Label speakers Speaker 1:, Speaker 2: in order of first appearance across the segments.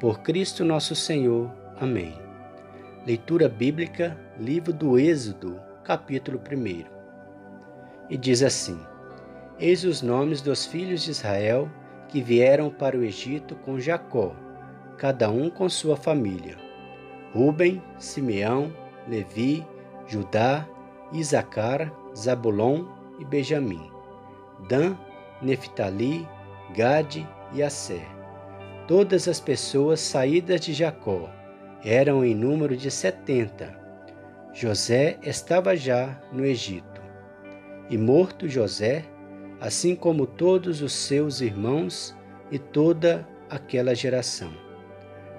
Speaker 1: Por Cristo nosso Senhor. Amém. Leitura Bíblica, Livro do Êxodo, capítulo 1. E diz assim: Eis os nomes dos filhos de Israel que vieram para o Egito com Jacó, cada um com sua família: Ruben, Simeão, Levi, Judá, Isacar, Zabulon e Benjamim, Dan, Neftali, Gade e Asser. Todas as pessoas saídas de Jacó eram em número de setenta. José estava já no Egito. E morto José, assim como todos os seus irmãos e toda aquela geração.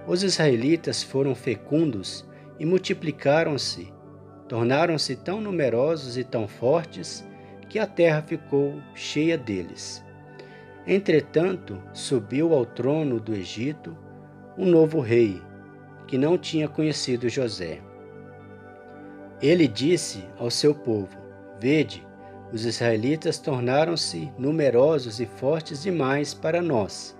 Speaker 1: Os israelitas foram fecundos e multiplicaram-se, tornaram-se tão numerosos e tão fortes que a terra ficou cheia deles. Entretanto, subiu ao trono do Egito um novo rei, que não tinha conhecido José. Ele disse ao seu povo: Vede, os israelitas tornaram-se numerosos e fortes demais para nós.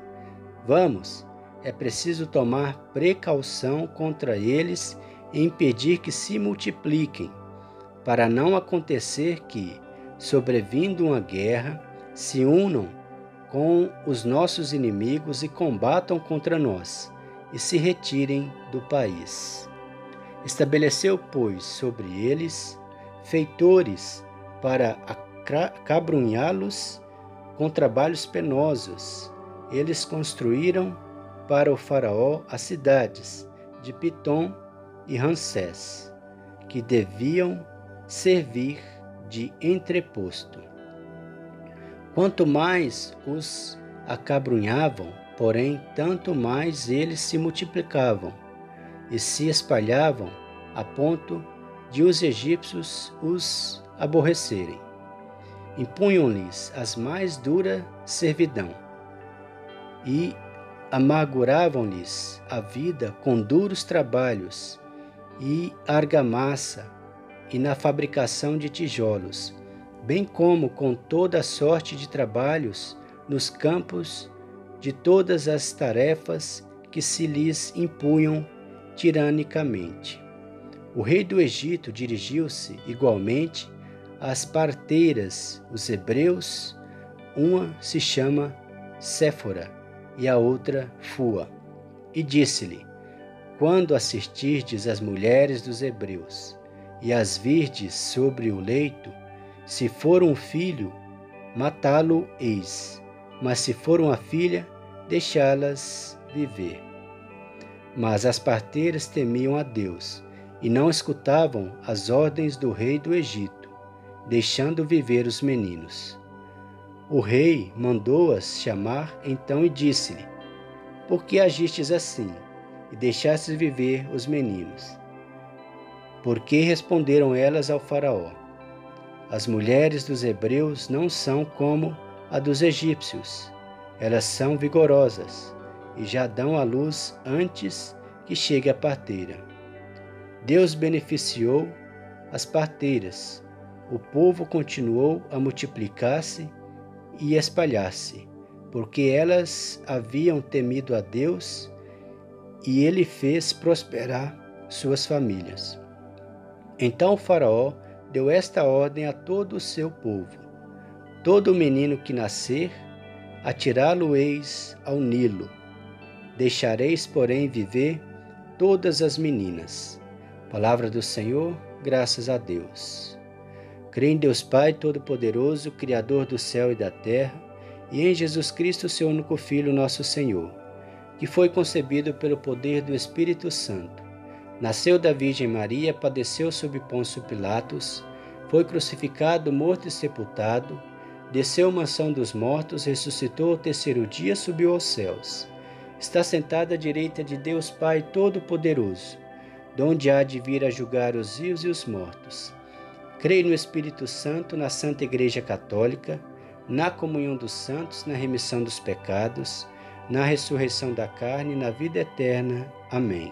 Speaker 1: Vamos, é preciso tomar precaução contra eles e impedir que se multipliquem, para não acontecer que, sobrevindo uma guerra, se unam com os nossos inimigos e combatam contra nós, e se retirem do país. Estabeleceu, pois, sobre eles feitores para cabrunhá-los com trabalhos penosos. Eles construíram para o faraó as cidades de Pitom e Ramsés, que deviam servir de entreposto. Quanto mais os acabrunhavam, porém, tanto mais eles se multiplicavam e se espalhavam a ponto de os egípcios os aborrecerem. Impunham-lhes as mais dura servidão e amarguravam-lhes a vida com duros trabalhos e argamassa e na fabricação de tijolos, bem como com toda sorte de trabalhos nos campos de todas as tarefas que se lhes impunham tiranicamente. O rei do Egito dirigiu-se igualmente as parteiras, os hebreus, uma se chama Séfora e a outra Fua, e disse-lhe: Quando assistirdes as mulheres dos hebreus e as virdes sobre o leito, se for um filho, matá-lo eis, mas se for uma filha, deixá-las viver. Mas as parteiras temiam a Deus e não escutavam as ordens do rei do Egito deixando viver os meninos. O rei mandou-as chamar então e disse-lhe: Por que agistes assim e deixastes viver os meninos? Porque responderam elas ao Faraó: As mulheres dos hebreus não são como a dos egípcios. Elas são vigorosas e já dão à luz antes que chegue a parteira. Deus beneficiou as parteiras o povo continuou a multiplicar-se e espalhar-se, porque elas haviam temido a Deus e ele fez prosperar suas famílias. Então o Faraó deu esta ordem a todo o seu povo: Todo menino que nascer, atirá-lo-eis ao Nilo. Deixareis, porém, viver todas as meninas. Palavra do Senhor, graças a Deus. Crê em Deus Pai Todo-Poderoso, Criador do céu e da terra, e em Jesus Cristo, seu único Filho, nosso Senhor, que foi concebido pelo poder do Espírito Santo. Nasceu da Virgem Maria, padeceu sob Pôncio Pilatos, foi crucificado, morto e sepultado, desceu mansão dos mortos, ressuscitou ao terceiro dia, subiu aos céus. está sentada à direita de Deus Pai Todo-Poderoso, donde há de vir a julgar os vivos e os mortos. Creio no Espírito Santo, na Santa Igreja Católica, na comunhão dos santos, na remissão dos pecados, na ressurreição da carne e na vida eterna. Amém.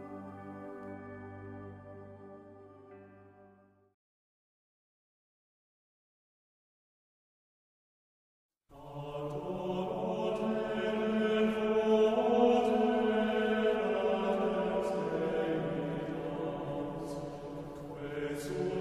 Speaker 2: Jesus.